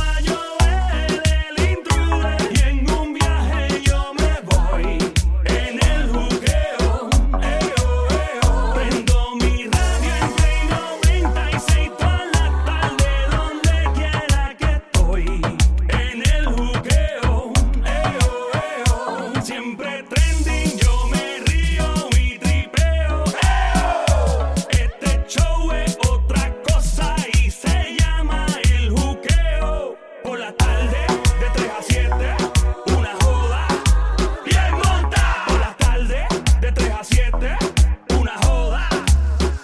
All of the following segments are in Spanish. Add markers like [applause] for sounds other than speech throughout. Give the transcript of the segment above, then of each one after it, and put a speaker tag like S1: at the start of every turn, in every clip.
S1: a Joel, el intruder, y en un viaje yo me voy. En el juqueo, eh, oh, eh, oh. Prendo mi radio en Play 96 toda la tarde, donde quiera que estoy. En el juqueo, eh, oh, eh, oh. Siempre trending, yo me río y tripeo. eh, oh. Este show es otra cosa y se llama el juqueo. Por la tarde, de 3 a 7, una joda bien monta. Por la tarde, de 3 a 7, una joda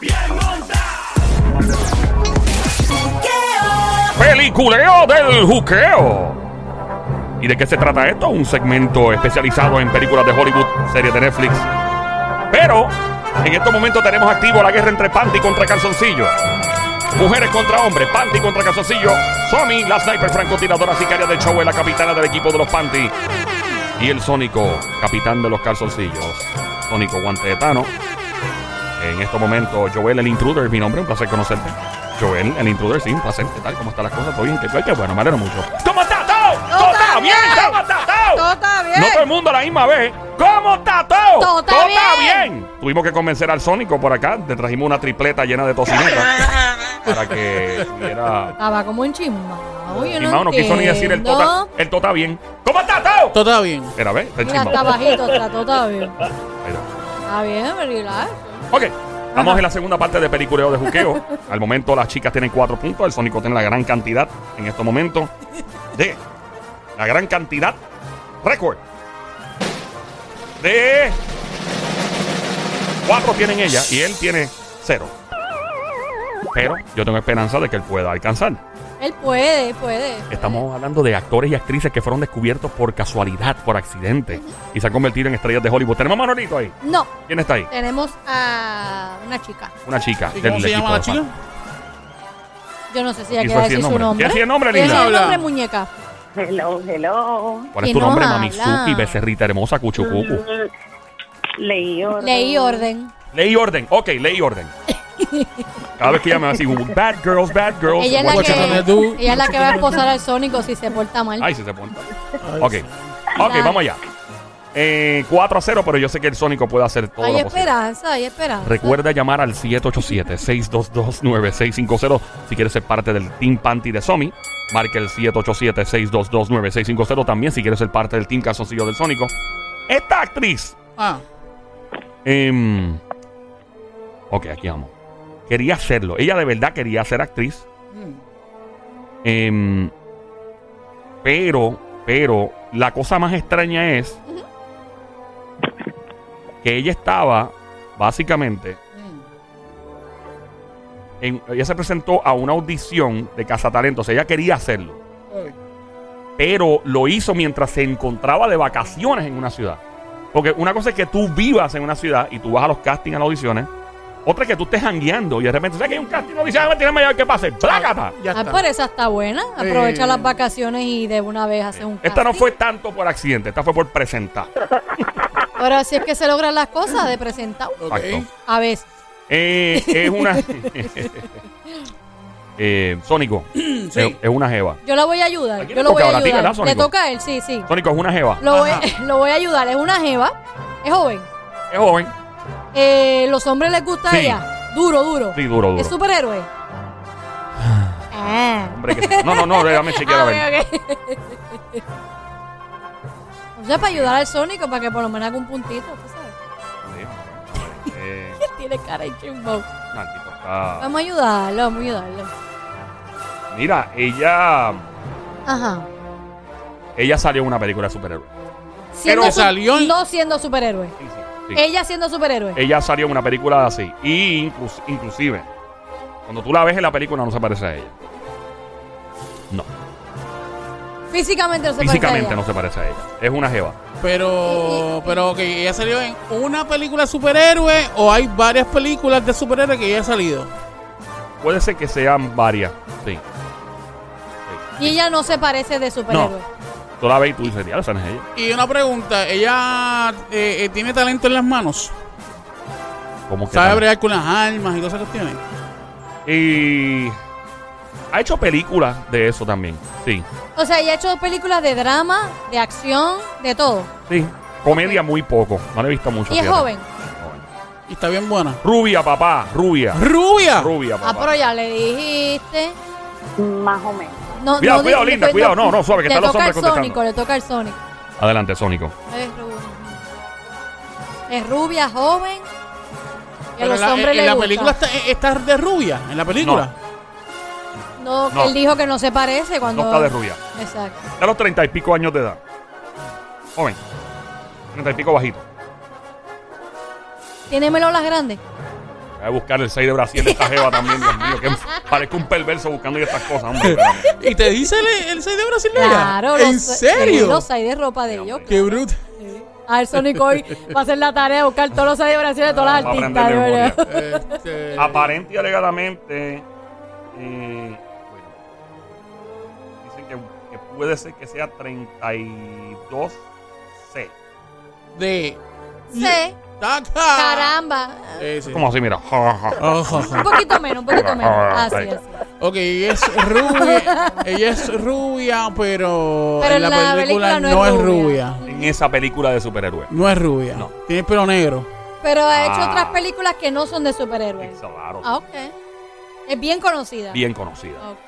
S1: bien monta.
S2: Peliculeo del Juqueo. ¿Y de qué se trata esto? Un segmento especializado en películas de Hollywood, series de Netflix. Pero en estos momentos tenemos activo la guerra entre Panty contra Calzoncillo. Mujeres contra hombres, Panty contra Calzoncillo. Somi, la sniper francotiradora sicaria de show, es la capitana del equipo de los Panty. Y el Sónico, capitán de los calzoncillos. Sónico Guante de Thanos. En estos momentos, Joel el Intruder, mi nombre, un placer conocerte. Joel el Intruder, sí, un placer. ¿Qué tal? ¿Cómo están las cosas? ¿Todo bien? ¿Qué tal? Qué bueno, me alegro mucho. ¿Cómo está todo? ¿Todo está bien? ¿Cómo está todo?
S3: Todo está bien.
S2: No todo el mundo a la misma vez. ¿eh? ¿Cómo está todo?
S3: Todo está bien.
S2: Tuvimos que convencer al Sónico por acá. Le trajimos una tripleta llena de
S3: [laughs]
S2: tocineta para que estuviera...
S3: Estaba como en chismado. Yo
S2: Mi mano no quiso ni decir el
S3: entiendo.
S2: tota. El tota bien. ¿Cómo está todo?
S4: Todo está bien.
S2: Era, ve, está
S3: Mira,
S2: chismado.
S3: está bajito, está todo está bien.
S2: Ahí está.
S3: Está bien, relax.
S2: Ok. Vamos en la segunda parte de Pericureo de Juqueo. Al momento las chicas tienen cuatro puntos. El Sónico tiene la gran cantidad en estos momentos. De la gran cantidad. Récord. De cuatro tienen ella y él tiene cero. Pero yo tengo esperanza de que él pueda alcanzar.
S3: Él puede, puede.
S2: Estamos hablando de actores y actrices que fueron descubiertos por casualidad, por accidente. Y se han convertido en estrellas de Hollywood. Tenemos a Manolito ahí.
S3: No,
S2: ¿Quién está ahí?
S3: tenemos a una chica.
S2: Una chica.
S4: ¿Y
S2: del
S4: cómo se llama la
S2: equipo de
S4: chica?
S3: Yo no sé si ella
S2: Quiso
S3: quiere
S2: decir
S3: decir su
S2: nombre.
S3: nombre.
S2: ¿Quiere decir el nombre,
S3: ¿Quiere
S2: linda?
S3: decir el nombre,
S4: Habla.
S3: muñeca?
S5: Hello, hello.
S2: ¿Cuál es
S3: Que
S2: tu
S3: no
S2: nombre,
S3: habla.
S2: Mamizuki, becerrita hermosa, cuchucucu?
S5: Leí orden.
S3: Leí orden.
S2: Ley y orden. Ok, ley y orden. Cada vez que llame así, bad girls, bad girls.
S3: Ella es, la
S2: Watch it.
S4: Guachacame
S3: que,
S4: tú.
S3: ella es la que va a esposar al Sónico si se porta mal.
S2: Ay, se se pone. Ok. Ok,
S3: Ah.
S2: vamos allá. Eh, 4 a 0, pero yo sé que el Sónico puede hacer todo
S3: hay
S2: lo posible.
S3: esperanza, hay esperanza.
S2: Recuerda llamar al 787-622-9650 si quieres ser parte del Team Panty de Somi. Marca el 787-622-9650 también si quieres ser parte del Team Calzoncillo del Sónico. Esta actriz
S4: Ah,
S2: Em, ok, aquí vamos. Quería hacerlo. Ella de verdad quería ser actriz. Em, pero, pero, la cosa más extraña es que ella estaba, básicamente, en- ella se presentó a una audición de Cazatalentos. Ella quería hacerlo. Pero lo hizo mientras se encontraba de vacaciones en una ciudad. Porque una cosa es que tú vivas en una ciudad y tú vas a los castings, a las audiciones. Otra es que tú estés jangueando y de repente, ¿sabes que hay un casting? No dice, ah, tiene mayor que pase. ¡Plácata!
S4: ya
S3: Ah,
S4: está.
S3: pero esa está buena. Aprovecha
S4: Sí.
S3: las vacaciones y de una vez hace un
S2: Esta no
S3: casting.
S2: fue tanto por accidente, esta fue por presentar.
S3: Pero así es que se logran las cosas de presentar
S4: Ok.
S2: Exacto.
S3: a veces.
S2: Eh, es
S4: [laughs]
S2: una. [laughs] eh, Sónico, es, es una jeva.
S3: Yo la voy a ayudar.
S2: ¿A quién le
S3: Yo lo voy
S2: toca
S3: a
S2: ahora? ¿A ti,
S3: ayudar.
S2: verdad,
S3: Le
S2: Sónico?
S3: toca a él, sí, sí.
S2: Sónico, es una jeva.
S3: Lo voy,
S4: Ajá.
S3: [laughs] lo voy a ayudar. Es una jeva. Es joven.
S2: Es joven.
S3: Eh, los hombres les gusta
S2: Sí.
S3: a ella. Duro, duro.
S2: Sí, duro, duro.
S3: Es superhéroe. ah.
S2: Hombre, que- No, no, no,
S3: [laughs]
S2: déjame chequear a
S3: Ah,
S2: ver.
S3: ok, ok. O sea, para ayudar al Sónico, para que por lo menos haga un puntito, tú sabes.
S2: Eh,
S3: Tiene cara de chimbo.
S2: maldito, está-
S3: Vamos a ayudarlo, vamos a ayudarlo.
S2: Mira, ella
S3: Ajá.
S2: Ella salió en una película de superhéroe.
S3: Siendo
S2: que
S3: su-
S4: salió en-
S3: No siendo superhéroe.
S2: Sí. Eh.
S3: Ella siendo superhéroe.
S2: Ella salió en una película así. Y inclus- inclusive, cuando tú la ves en la película no se parece a ella. No,
S3: Físicamente no se
S2: físicamente
S3: parece a
S2: no
S3: ella.
S2: se parece a ella. Es una jeva.
S4: Pero, pero que ella salió en una película de superhéroe o hay varias películas de superhéroe que ella ha salido.
S2: Puede ser que sean varias. Sí.
S3: Y ella no se parece de superhéroe.
S2: Tú la ves y tú dices, diablo, esa no es ella.
S4: Y una pregunta, ¿ella eh, eh, tiene talento en las manos?
S2: ¿Cómo que
S4: ¿Sabe
S2: tan-
S4: bregar con las armas y todas esas cuestiones?
S2: Y ha hecho películas de eso también. Sí.
S3: O sea, ella ha hecho películas de drama, de acción, de todo.
S2: Sí. Comedia muy poco. No la he visto mucho.
S3: Y es
S2: fíjate.
S3: joven.
S2: Joven.
S4: Y está bien buena.
S2: Rubia, papá. Rubia.
S4: ¡Rubia!
S2: Rubia,
S3: Ah,
S2: papá.
S3: pero ya le dijiste.
S5: más o menos.
S3: No,
S2: Cuidado,
S3: no,
S2: cuidado,
S3: di-
S2: linda,
S3: le-
S2: cuidado. No, no, suave, que
S3: le
S2: están los
S3: toca
S2: hombres
S3: al
S2: contestando.
S3: Sónico, le toca al Sónico.
S2: Adelante, Sónico.
S3: Es rubia. Es rubia, joven. Y a
S4: Pero
S3: los
S4: la,
S3: hombres
S4: en
S3: les
S4: la
S3: gusta.
S4: película está, eh, está de rubia, en la película.
S3: No, que
S2: No.
S3: él dijo que no se parece cuando.
S2: No está de rubia.
S3: Exacto.
S2: A los treinta y pico años de edad. Joven. Treinta y pico bajito.
S3: Tiene melolas grandes.
S2: Voy a buscar el 6 de Brasil de esta jeva también, Dios mío.
S3: [laughs]
S2: Que parezco un perverso buscando estas cosas, hombre. espérame.
S4: ¿Y te dice el, el 6 de Brasil de ella?
S3: Claro,
S4: ¿En
S3: los- sí,
S4: serio?
S3: Los hay de ropa de ellos.
S4: ¡Qué bruto!
S3: A ver, Sónico hoy va a hacer la tarea de buscar todos los hay de Brasil de todas las
S2: Va a
S3: artistas.
S2: aprender
S3: ¿verdad?
S2: memoria.
S4: Este,
S2: Aparente y alegadamente. eh, bueno, dicen que, que puede ser que sea 32C.
S4: de...
S3: Sí,
S4: ¡Taca!
S2: Ah.
S3: caramba.
S4: Sí, sí.
S2: ¿Cómo así? Mira. [laughs] Ja, ja, ja.
S4: Ojo, ojo.
S3: Un poquito menos, un poquito menos. Así,
S2: Right.
S3: así.
S4: Ok, ella es rubia, [laughs] ella es rubia, pero,
S3: Pero
S4: en la, película, no, es rubia.
S2: En esa película de superhéroes.
S4: No es rubia.
S2: No.
S4: Tiene el pelo negro.
S3: Pero ha hecho
S2: Ah.
S3: otras películas que no son de superhéroes.
S2: Claro.
S3: Ah, ok. Es bien conocida.
S2: Bien conocida.
S3: Ok.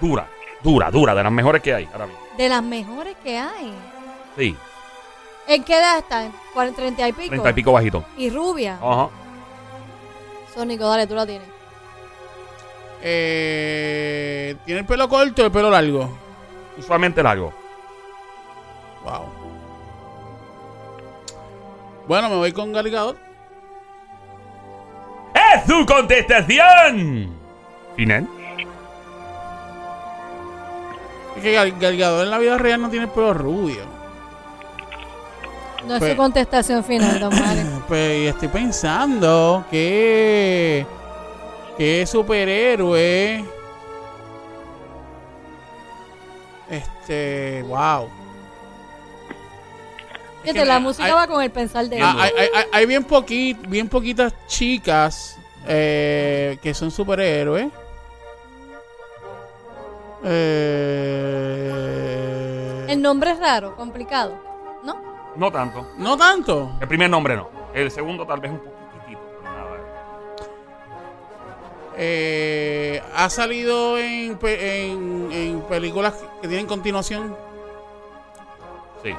S2: Dura, dura, dura. De las mejores que hay ahora mismo.
S3: De las mejores que hay.
S2: Sí.
S3: ¿En qué edad están? ¿Cuál- ¿Treinta y pico?
S2: Treinta y pico Ah. bajito.
S3: Y rubia.
S2: Ajá.
S3: Sónico, dale, tú la tienes.
S4: Eh, tiene el pelo corto y el pelo largo.
S2: Usualmente largo.
S4: Wow. Bueno, me voy con Galgador.
S2: ¡Es tu contestación! Final.
S4: Es que Galgador en la vida real no tiene el pelo rubio.
S3: No es
S4: Pues-
S3: su contestación final, don
S2: [laughs]
S3: Mario.
S4: Pues y estoy pensando que. que superhéroe. Este. Wow.
S3: Fíjate, la
S4: hay-
S3: música
S4: hay-
S3: va con el pensar de él.
S4: Ah, hay, hay- hay- hay bien, poqui- bien poquitas chicas eh, que son superhéroes. Eh,
S3: El nombre es raro, complicado. ¿No?
S2: No tanto.
S4: no tanto.
S2: El primer nombre no. El segundo tal vez un poquitito. pero nada.
S4: Eh, ha salido en, pe- en- en películas que tienen continuación
S2: Sí.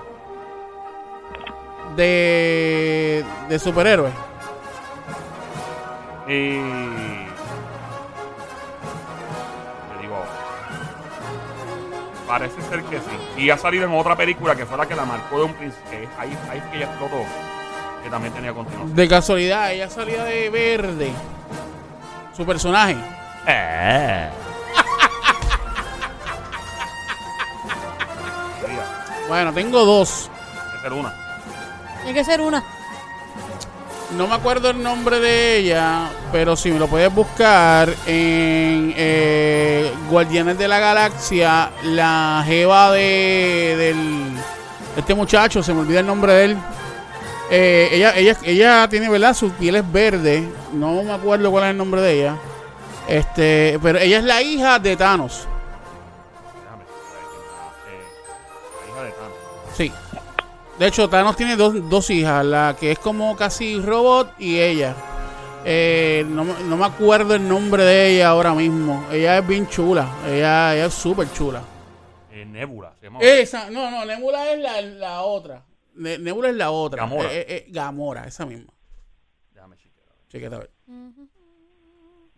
S4: de, de superhéroes.
S2: Y... Te digo... Parece ser que sí. Y ha salido en otra película que fue la que la marcó de un príncipe. Ahí, ahí es que ella explotó. Que también tenía continuación.
S4: De casualidad, ella salía de verde. Su personaje.
S2: Eh. Sería-
S4: Bueno, tengo dos.
S2: Debe ser una.
S3: Tiene que ser una.
S4: No me acuerdo el nombre de ella, pero si me lo puedes buscar en eh, Guardianes de la Galaxia, la jeva de del, este muchacho, se me olvida el nombre de él. Eh, ella, ella, ella tiene, ¿verdad? Su piel es verde. No me acuerdo cuál es el nombre de ella. Este, pero ella es la hija de Thanos.
S2: Déjame. Eh, la hija de Thanos.
S4: Sí. De hecho, Thanos tiene dos, dos hijas, la que es como casi robot y ella. Eh, no, me- no me acuerdo el nombre de ella ahora mismo. Ella es bien chula. Ella, ella es súper chula.
S2: Eh, Nebula. Se llama.
S4: Esa, no, no, Nebula es la, la otra. Ne- Nebula es la otra.
S2: Gamora.
S4: Eh, eh, eh, Gamora, esa misma.
S2: Déjame chequear.
S4: Chequete a ver. [laughs]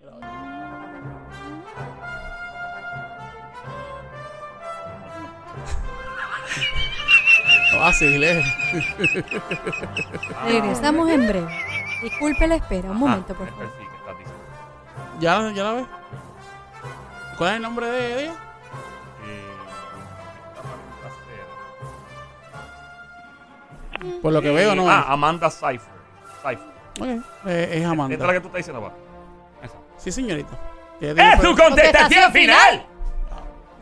S2: No
S4: Fácil, eh.
S2: Ah.
S3: Regresamos en breve. Disculpe la espera, un momento, por favor.
S2: Sí, que estás diciendo.
S4: ¿Ya, ya la ves? ¿Cuál es el nombre de ella?
S2: Eh, Amanda Seyfried.
S4: Por lo que
S6: Eh,
S4: veo, no.
S2: Ah, Amanda Seyfried. Seyfried.
S4: Ok, eh, es
S2: Esta es la
S4: Amanda.
S2: que tú estás diciendo, va. Esa.
S4: Sí, señorita. Que tiene
S2: ¡Es
S4: fe-
S2: tu contestación final!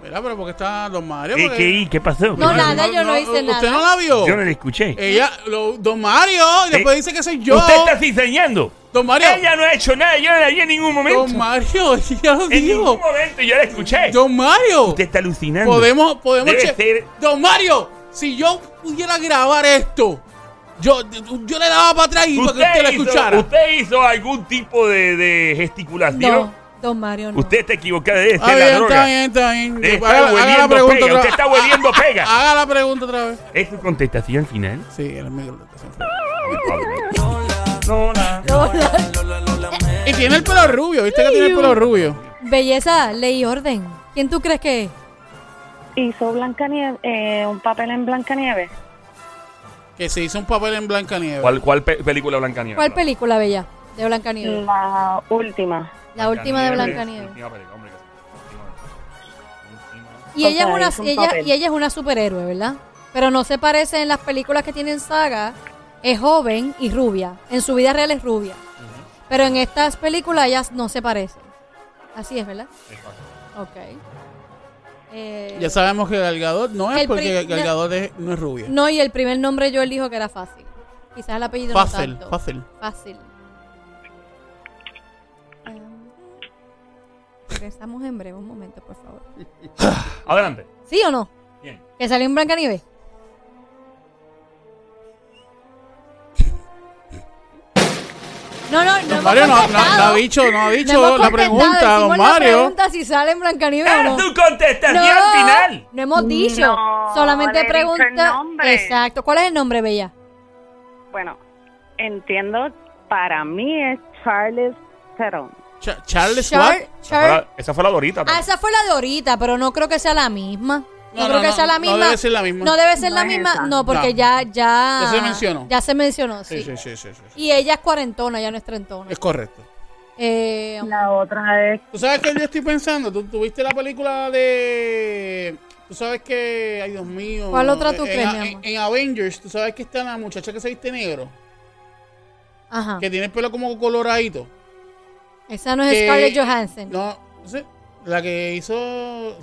S4: Mira, pero porque está Don Mario.
S6: ¿Y
S4: porque-
S6: qué, y qué pasó?
S3: No, nada, yo no hice
S4: ¿Usted
S3: nada.
S4: no la vio?
S6: Yo no le escuché.
S4: Ella, lo- Don Mario, y después
S6: Eh,
S4: dice que soy Eh, yo.
S6: Usted está diseñando.
S4: Don Mario,
S6: Ella no ha hecho nada, yo no la vi en ningún momento.
S4: Don Mario, [laughs] ya lo
S6: en ningún
S4: digo.
S6: momento yo la escuché.
S4: Don Mario,
S6: Usted está alucinando.
S4: podemos, podemos.
S6: Debe
S4: che-
S6: ser-
S4: Don Mario, si yo pudiera grabar esto, yo, yo le daba para atrás y para que usted la
S6: hizo,
S4: escuchara.
S6: usted hizo algún tipo de, de gesticulación.
S3: No, don Mario, no.
S6: Usted está equivocado, [laughs] debe
S4: Ah,
S6: ser la
S4: bien,
S6: droga.
S4: está bien, está bien.
S6: Usted está
S4: Haga- haga la
S6: hueliendo
S4: pregunta
S6: pega, usted
S4: otra vez. Ah,
S6: está hueliendo pega.
S4: Haga la pregunta otra vez.
S6: ¿Es tu contestación final?
S4: Sí, el micro. Y tiene el pelo rubio, ¿viste que tiene el pelo rubio?
S3: Belleza, ley y orden. ¿Quién tú crees que es?
S5: Hizo Blancanieves, eh, un papel en Blancanieves.
S4: Que se hizo un papel en Blancanieves.
S2: ¿Cuál, cuál pe- película Blanca Nieve?
S3: ¿Cuál película, Bella? De Blancanieves.
S5: La última.
S3: La última de Blancanieves. Y
S5: O
S3: ella
S5: sea,
S3: es
S5: es
S3: una
S5: un
S3: ella,
S5: papel.
S3: y ella es una superhéroe, ¿verdad? Pero no se parece en las películas que tienen saga. Es joven y rubia. En su vida real es rubia. Pero en estas películas ellas no se parecen. Así es, ¿verdad? Ok. Eh,
S4: Ya sabemos que Galgador no es
S3: El
S4: porque
S3: pri-
S4: Galgador no es rubia.
S3: no, y el primer nombre yo elijo que era fácil. Quizás el apellido
S4: Fácil,
S3: no tanto.
S4: fácil.
S3: Fácil. Um, Regresamos en breve, un momento, por favor.
S2: Adelante.
S3: ¿Sí o no?
S2: Bien.
S3: ¿Que salió en Blancanieves? No, no, no.
S4: Don
S3: hemos
S4: Mario no, no- no
S3: contestado.
S4: ha dicho, no ha dicho
S3: No hemos
S4: la
S3: contestado,
S4: pregunta,
S3: hicimos
S4: don
S3: la
S4: Mario.
S3: pregunta si sale en Blancanieves o
S2: ¡Ah,
S6: ¡Es
S3: no.
S6: tu contestación
S3: No,
S6: final!
S3: no hemos dicho.
S5: No, le
S3: Solamente
S5: he dicho el
S3: pregunta.
S5: nombre.
S3: Exacto. ¿Cuál es el nombre, Bella?
S5: Bueno, entiendo, para mí es Charles Theron.
S4: Cha- Charles
S3: Char-
S4: Watt.
S3: Char-
S2: Ahora, esa fue la Dorita.
S3: Ah, esa fue la de ahorita, pero no creo que sea la misma. No,
S4: No,
S3: creo
S4: no,
S3: que
S4: no,
S3: sea la
S4: no
S3: misma.
S4: debe ser la misma.
S3: No debe ser
S5: No
S3: la
S5: es
S3: misma.
S5: esa.
S3: No, porque
S4: No.
S3: ya, ya.
S4: Ya se mencionó.
S3: Ya se mencionó, sí.
S4: Sí, sí, sí, sí, sí, sí.
S3: Y ella es cuarentona, ya no es trentona.
S4: Es correcto.
S3: Eh,
S5: La otra es
S4: ¿Tú sabes que yo estoy pensando? ¿Tú, tú viste la película de... Tú sabes que... Ay, Dios mío.
S3: ¿Cuál otra tú
S4: En-
S3: crees,
S4: en,
S3: mi amor?
S4: en Avengers, tú sabes que está la muchacha que se viste negro.
S3: ajá.
S4: Que tiene el pelo como coloradito.
S3: Esa no es
S4: que-
S3: Scarlett Johansson.
S4: No, no sé. La que hizo...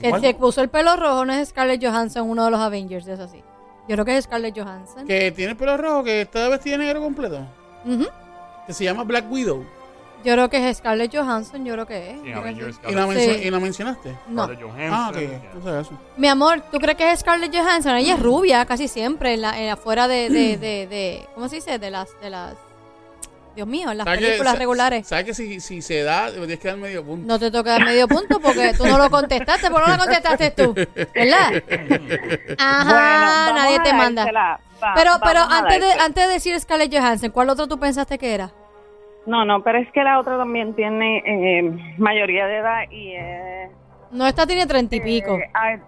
S3: que se puso el pelo rojo no es Scarlett Johansson, uno de los Avengers, es así. Yo creo que es Scarlett Johansson.
S4: Que tiene el pelo rojo, que está vestida de negro completo.
S3: Ujú.
S4: Que se llama Black Widow.
S3: Yo creo que es Scarlett Johansson, yo creo que
S2: Sí,
S3: es. Yo creo
S2: Avengers,
S3: que-
S4: Y la, mencio-
S3: Sí.
S4: y la mencionaste.
S3: No.
S2: Scarlett Johansson.
S4: Ah, ok.
S2: Yeah.
S4: No sabes eso.
S3: Mi amor, ¿tú crees que es Scarlett Johansson?
S5: Mm.
S3: Ella es rubia casi siempre, en la, en afuera de, de, de, de- ¿cómo se dice? De las, de las, Dios mío, en las
S4: ¿Sabes que-
S3: películas
S4: sa-
S3: regulares.
S4: ¿Sabes que si, si se da, tienes que dar medio punto?
S3: No te toca dar medio punto porque tú no lo contestaste, porque no lo contestaste tú, ¿verdad?
S5: [laughs]
S3: Ajá,
S5: Bueno,
S3: nadie
S5: vamos
S3: te
S5: a
S3: manda.
S5: dársela, va-
S3: Pero,
S5: vamos
S3: pero
S5: a
S3: antes de,
S5: dársela.
S3: antes de decir Scarlett Johansson, ¿cuál otro tú pensaste que era?
S5: No, no, pero es que la otra también tiene eh, mayoría de edad y es...
S3: No, esta tiene treinta y pico.
S5: eh, Ar-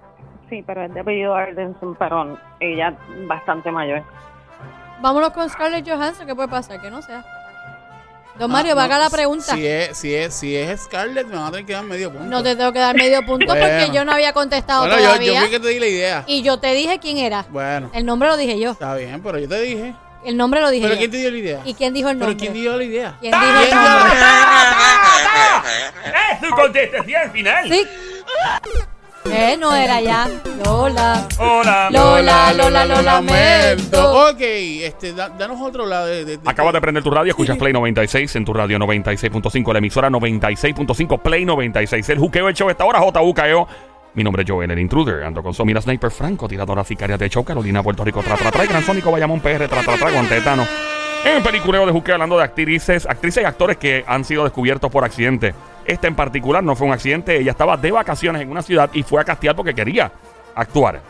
S5: sí, pero es de apellido Ardenson, pero ella bastante mayor.
S3: Vámonos con Scarlett Johansson, ¿qué puede pasar? Que no sea. Don Mario,
S4: Ah, no,
S3: vaga la pregunta.
S4: Si es, si, es, si es Scarlett, me van a tener que dar medio punto.
S3: No te tengo que dar medio punto porque
S4: Bueno.
S3: yo no había contestado
S4: bueno, yo,
S3: todavía.
S4: yo vi que te di la idea.
S3: Y yo te dije quién era.
S4: Bueno,
S3: El nombre lo dije yo.
S4: está bien, pero yo te dije.
S3: El nombre lo dije
S4: ¿Pero
S3: yo.
S4: quién te dio la idea?
S3: ¿Y quién dijo el
S4: ¿Pero
S3: nombre?
S4: quién dio la idea?
S3: ¿Quién dijo el
S4: ¿Quién dio
S3: nombre?
S2: ¡Es tu contestación final!
S3: Sí. Eh, no era ya. Lola.
S2: Hola.
S3: Lola, Lola, lo lamento.
S4: Ok, este, da- danos otro lado de. de- de-
S2: Acabas de prender tu radio, escuchas Play 96 en tu radio 96.5, la emisora 96.5, Play 96. El juqueo, el show, esta hora, JUKEO. E Mi nombre es Joel, el intruder. Ando con Somira Sniper Franco, tiradora sicaria de show, Carolina, Puerto Rico, tra, tra, tra, y Gran Sónico, Bayamón, PR, tra, tra, tra, Guantetano. En peliculeo de juqueo, hablando de actrices, actrices y actores que han sido descubiertos por accidente. Este en particular no fue un accidente, ella estaba de vacaciones en una ciudad y fue a castear porque quería actuar.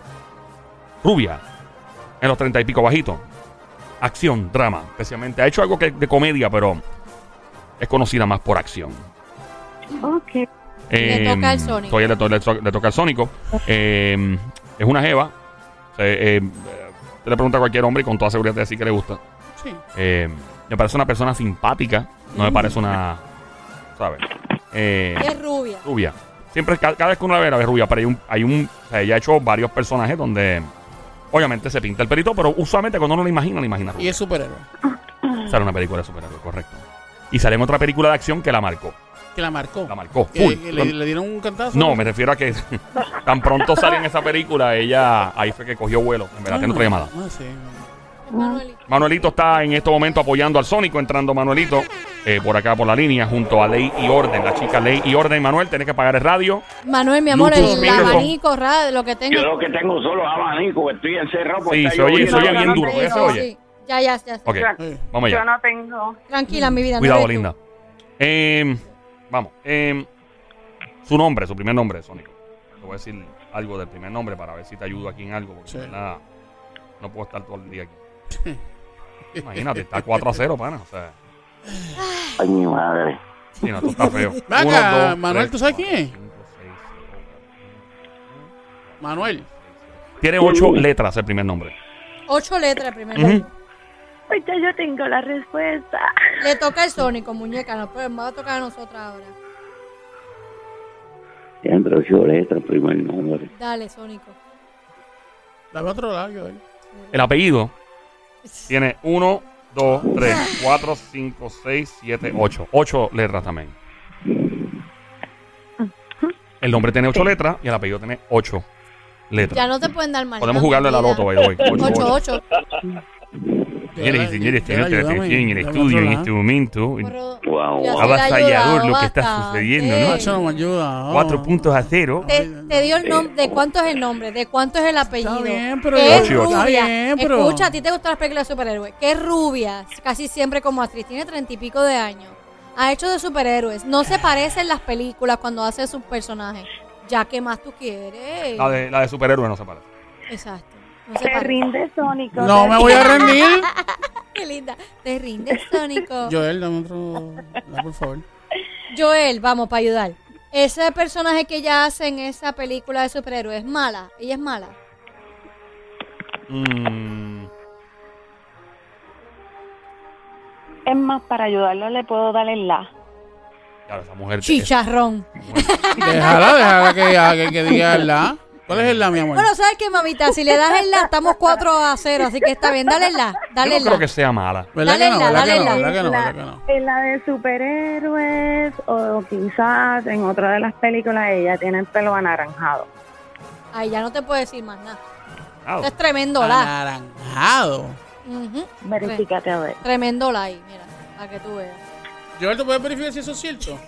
S2: Rubia, en los treinta y pico bajito acción, drama, especialmente. Ha hecho algo que, de comedia, pero es conocida más por acción. Em,
S5: Ok.
S3: Le toca al Sónico.
S2: Sónico. Em, Le, to- le to- le toca al Sónico. Eh, es una jeva. Se- eh, Usted le pregunta a cualquier hombre y con toda seguridad te dice que le gusta.
S4: Sí.
S2: Eh, me parece una persona simpática. No me parece una. ¿Sabes? Eh,
S3: Y es rubia.
S2: rubia. Siempre, ca- cada vez que uno la ve, la ve rubia, pero hay un, hay un, o sea, ella ha hecho varios personajes donde obviamente se pinta el perito, pero usualmente cuando uno la imagina, la imagina
S4: Y
S2: rubia.
S4: es superhéroe.
S2: Sale una película de superhéroe, correcto. Y sale en otra película de acción que la marcó.
S4: Que la marcó.
S2: La marcó,
S4: Que-
S2: full.
S4: que le, le dieron un cantazo.
S2: No, me refiero a que [laughs] tan pronto sale en esa película, ella ahí fue que cogió vuelo. En verdad, tiene otra llamada.
S4: Ah, sí.
S3: Manuelito.
S2: Manuelito está en este momento apoyando al Sónico, entrando Manuelito eh, por acá por la línea junto a Ley y Orden, la chica Ley y Orden. Manuel, tenés que pagar el radio.
S3: Manuel, mi amor,
S2: Bluetooth
S3: el,
S2: microphone.
S3: abanico, ra- lo que tengo.
S7: Yo lo que tengo solo es abanico, estoy encerrado porque
S2: Sí,
S7: está
S2: se oye,
S7: lloviendo.
S2: se oye
S7: No,
S2: bien
S7: no,
S2: duro,
S7: no,
S2: porque se oye.
S3: Sí. Ya, ya, ya.
S2: Ok,
S4: Sí.
S2: vamos
S5: Yo
S2: allá.
S5: no tengo.
S3: Tranquila, mi vida. no
S2: Cuidado,
S3: eres tú.
S2: linda. Em, vamos. em, su nombre, su primer nombre, Sónico. Te voy a decir algo del primer nombre para ver si te ayudo aquí en algo, porque
S4: Sí.
S2: en verdad, no puedo estar todo el día aquí.
S4: [laughs]
S2: Imagínate, está 4 a 0, pana. O sea,
S7: Ay, mi madre.
S2: sí, no, esto está feo.
S4: Ven
S2: Uno,
S4: acá,
S2: dos,
S4: Manuel,
S2: tres,
S4: ¿tú sabes
S2: cuatro,
S4: quién es?
S2: cinco, seis, siete, ocho.
S4: Manuel.
S2: Tiene ocho letras el primer nombre.
S3: Ocho letras primero.
S2: Ujú.
S8: Pues ya yo tengo la respuesta.
S3: Le toca el Sónico, muñeca. No, pues va a tocar a nosotras ahora.
S7: Entre ocho letras, primer nombre.
S3: Dale, Sónico.
S4: Dame otro lado, yo.
S2: El apellido tiene 1, 2, 3, 4, 5, 6, 7, 8. 8 letras también. El nombre tiene 8 letras y el apellido tiene 8
S3: Ya
S2: letras.
S3: no te pueden dar mal.
S2: Podemos jugarle a la loto, by the way. Ocho,
S3: Ocho,
S2: ocho.
S3: ocho.
S2: Señores y este, señores, tenemos la
S4: Ayúdame,
S2: atención en el
S4: dame
S2: estudio
S4: otro
S2: en
S4: lado.
S2: este momento.
S3: Pero-
S7: Wow,
S3: Ya
S7: wow.
S3: se le ha
S2: Avasallador
S3: ayudado
S2: lo que está
S3: bastante.
S2: sucediendo, ¿no?
S4: Macho no me ayuda. oh.
S2: 4 puntos a 0.
S3: Te, te dio el nombre, ¿de cuánto es el nombre? ¿De cuánto es el apellido?
S4: bien, pero
S3: Que
S4: yo-
S3: es
S2: Ocho y ocho.
S3: rubia.
S4: Está bien, pero-
S3: Escucha, a ti te gustan las películas de superhéroes. Que es rubia, casi siempre como actriz, tiene treinta y pico de años. Ha hecho de superhéroes. No se parecen las películas cuando hace sus personajes. Ya que más tú quieres.
S2: La de, la de superhéroe no se parece.
S3: Exacto. No se
S8: Te
S3: parece.
S8: rinde Sónico.
S4: No me voy a rendir.
S3: Qué linda. Te rindes,
S4: [laughs]
S3: Sónico.
S4: Joel, dame otro. No, por favor.
S3: Joel, vamos, para ayudar. Ese personaje que ella hace en esa película de superhéroes es mala. Ella es mala.
S2: Mm,
S5: Es más, para ayudarlo le puedo dar el la.
S2: claro, esa mujer.
S3: Chicharrón.
S4: Déjala, déjala que, haga- que, que diga el la. ¿Cuál es el la, mi amor?
S3: Bueno, ¿sabes qué, mamita? Si le das el la, estamos 4 a 0, así que está bien. Dale el la,
S2: Yo
S3: dale
S2: no
S3: el
S2: creo
S3: la.
S2: que sea
S4: [laughs]
S2: mala.
S4: ¿Verdad
S3: dale
S4: que no?
S3: la,
S4: ¿Verdad que
S3: dale
S4: no?
S3: la.
S4: ¿Verdad que no? ¿Verdad que
S8: La-
S4: no?
S8: en la de superhéroes o quizás en otra de las películas ella tiene el pelo anaranjado.
S3: Ay, ya no te puedo decir más nada.
S2: Ah,
S3: Esto es tremendo la.
S4: Anaranjado.
S3: Ujú.
S8: Verifícate a ver.
S3: Tremendo la ahí, mira, para que tú veas.
S4: Joel, ¿te puedes verificar si eso es cierto?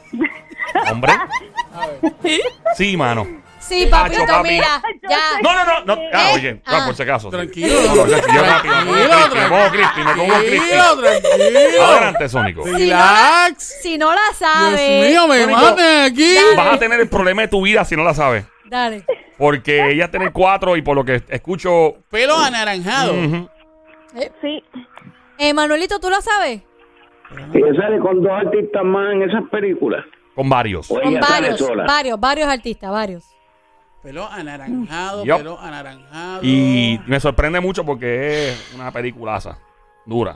S2: Hombre.
S4: A ver.
S2: Sí, mano.
S3: Sí,
S2: Tacho,
S3: papito,
S2: papi.
S3: mira, ya.
S2: No, no, no. no. Ah,
S3: ¿Eh?
S2: oye, claro,
S3: Ah.
S2: por si acaso. sí.
S4: Tranquilo.
S2: No, no, yo- yo rápido, me pongo
S4: Tranquilo,
S2: Crispy, me pongo Crispy, me pongo Crispy.
S4: Tranquilo, tranquilo.
S2: Adelante, Sónico.
S4: Relax.
S3: Si no la
S4: Dios
S3: sabes,
S4: mío, me maten aquí.
S3: Dale.
S2: Vas a tener el problema de tu vida si no la sabes.
S3: dale.
S2: Porque ella tiene cuatro y por lo que escucho.
S4: Pelo anaranjado.
S2: ujú.
S8: Sí,
S3: Eh, Manuelito, ¿tú la sabes?
S7: Y ella sale con dos artistas más en esas películas.
S2: Con varios.
S7: O
S3: Con
S7: ella sale
S3: varios,
S7: sola.
S3: varios, varios artistas, varios.
S4: Pelo anaranjado,
S2: Yup.
S4: pelo anaranjado.
S2: Y me sorprende mucho porque es una peliculaza. Dura.